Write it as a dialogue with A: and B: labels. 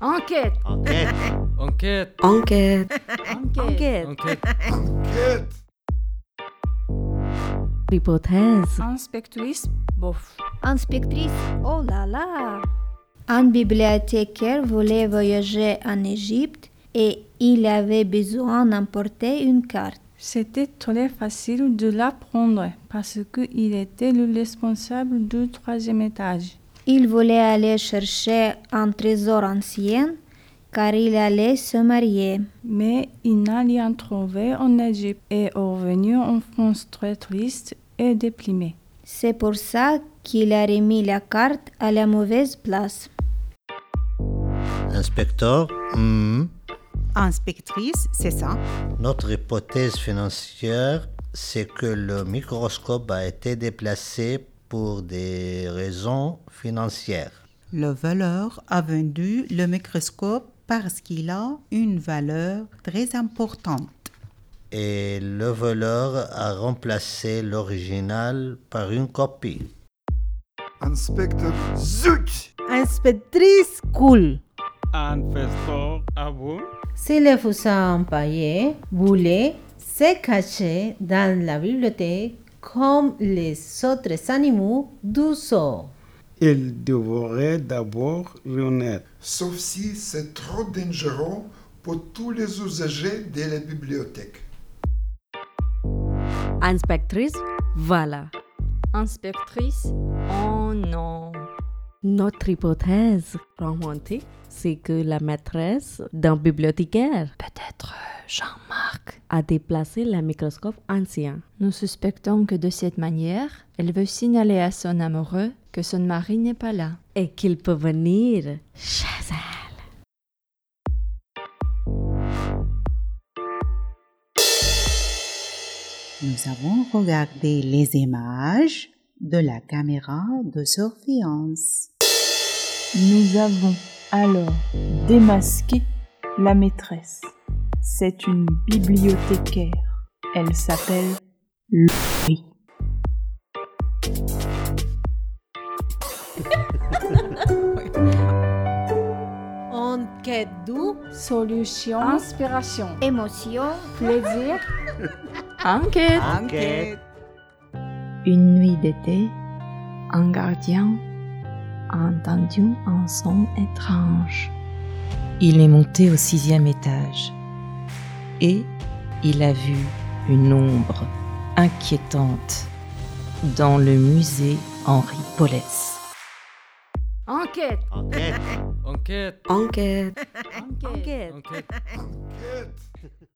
A: Enquête.
B: Enquête.
C: Enquête.
D: Enquête.
A: Enquête.
C: Enquête.
D: Hypothèse.
E: Inspectrice, bof.
A: Inspectrice. Oh là là.
F: Un bibliothécaire voulait voyager en Égypte et il avait besoin d'emporter une carte.
E: C'était très facile de l'apprendre parce qu'il était le responsable du troisième étage.
F: Il voulait aller chercher un trésor ancien car il allait se marier.
E: Mais il n'a rien trouvé en Égypte et est revenu en France très triste et déprimé.
F: C'est pour ça qu'il a remis la carte à la mauvaise place.
B: Inspecteur, hmm,
G: Inspectrice, c'est ça.
B: notre hypothèse financière, c'est que le microscope a été déplacé pour des raisons financières.
G: Le voleur a vendu le microscope parce qu'il a une valeur très importante.
B: Et le voleur a remplacé l'original par une copie.
H: Inspecteur Zut
I: Inspectrice Cool.
J: Inspecteur Abou,
I: Si le fusain empaillé voulait se cacher dans la bibliothèque comme les autres animaux du zoo.
J: il dévorait d'abord Lionel.
H: Sauf si c'est trop dangereux pour tous les usagers de la bibliothèque.
D: Inspectrice. Voilà.
A: Inspectrice. Oh non.
D: Notre hypothèse romantique, c'est que la maîtresse d'un bibliothécaire
A: Peut-être euh, Jean-Marc.
D: a déplacé le microscope ancien.
A: Nous suspectons que de cette manière, elle veut signaler à son amoureux que son mari n'est pas là.
D: et qu'il peut venir chez elle.
G: Nous avons regardé les images de la caméra de surveillance.
K: Nous avons alors démasqué la maîtresse. C'est une bibliothécaire. Elle s'appelle Laurie.
I: Enquête d'où
E: Solution, inspiration,
F: Émotion.
E: plaisir.
A: Enquête.
B: Enquête.
E: Une nuit d'été, un gardien a entendu un son étrange.
L: Il est monté au sixième étage et il a vu une ombre inquiétante dans le musée Henri Paulès.
A: Enquête.
B: Enquête.
C: Enquête.
D: Enquête.
A: Enquête.
C: Enquête.